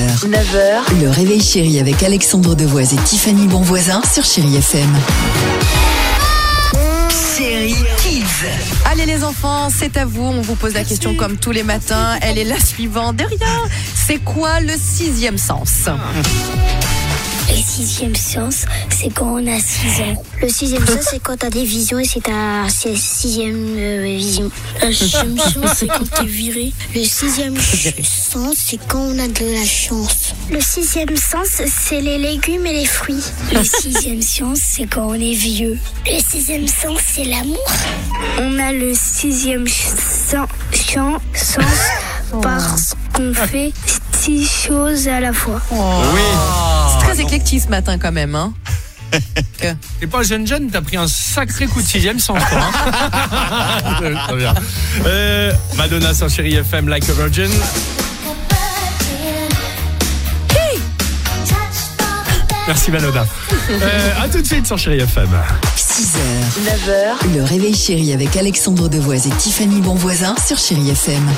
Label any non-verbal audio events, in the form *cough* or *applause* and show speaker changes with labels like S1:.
S1: 9h. 9h. Le réveil chéri avec Alexandre Devoise et Tiffany Bonvoisin sur Chéri FM. Chéri Kids.
S2: Allez les enfants, c'est à vous. On vous pose la question comme tous les matins. Elle est la suivante. De rien. C'est quoi le sixième sens
S1: Ah,
S3: Le sixième sens, c'est quand on a 6 ans. Le sixième sens, c'est quand t'as des visions et c'est ta si- sixième euh, vision. Le sixième sens, c'est quand t'es viré. Le sixième sens, c'est quand on a de la chance. Le sixième sens, c'est les légumes et les fruits. Le sixième sens, c'est quand on est vieux. Le sixième sens, c'est l'amour. On a le sixième sens, sens parce qu'on fait six choses à la fois.
S2: C'est très éclectique ce matin quand même. Hein
S4: T'es pas jeune jeune, t'as pris un sacré coup de sixième sans toi. hein. *laughs* Très bien. Euh, Madonna sur Chéri FM, Like a Virgin. Merci Madonna. Euh, à tout de suite sur Chéri FM.
S1: 6h. 9h. Le réveil chéri avec Alexandre Devoise et Tiffany Bonvoisin sur Chéri FM.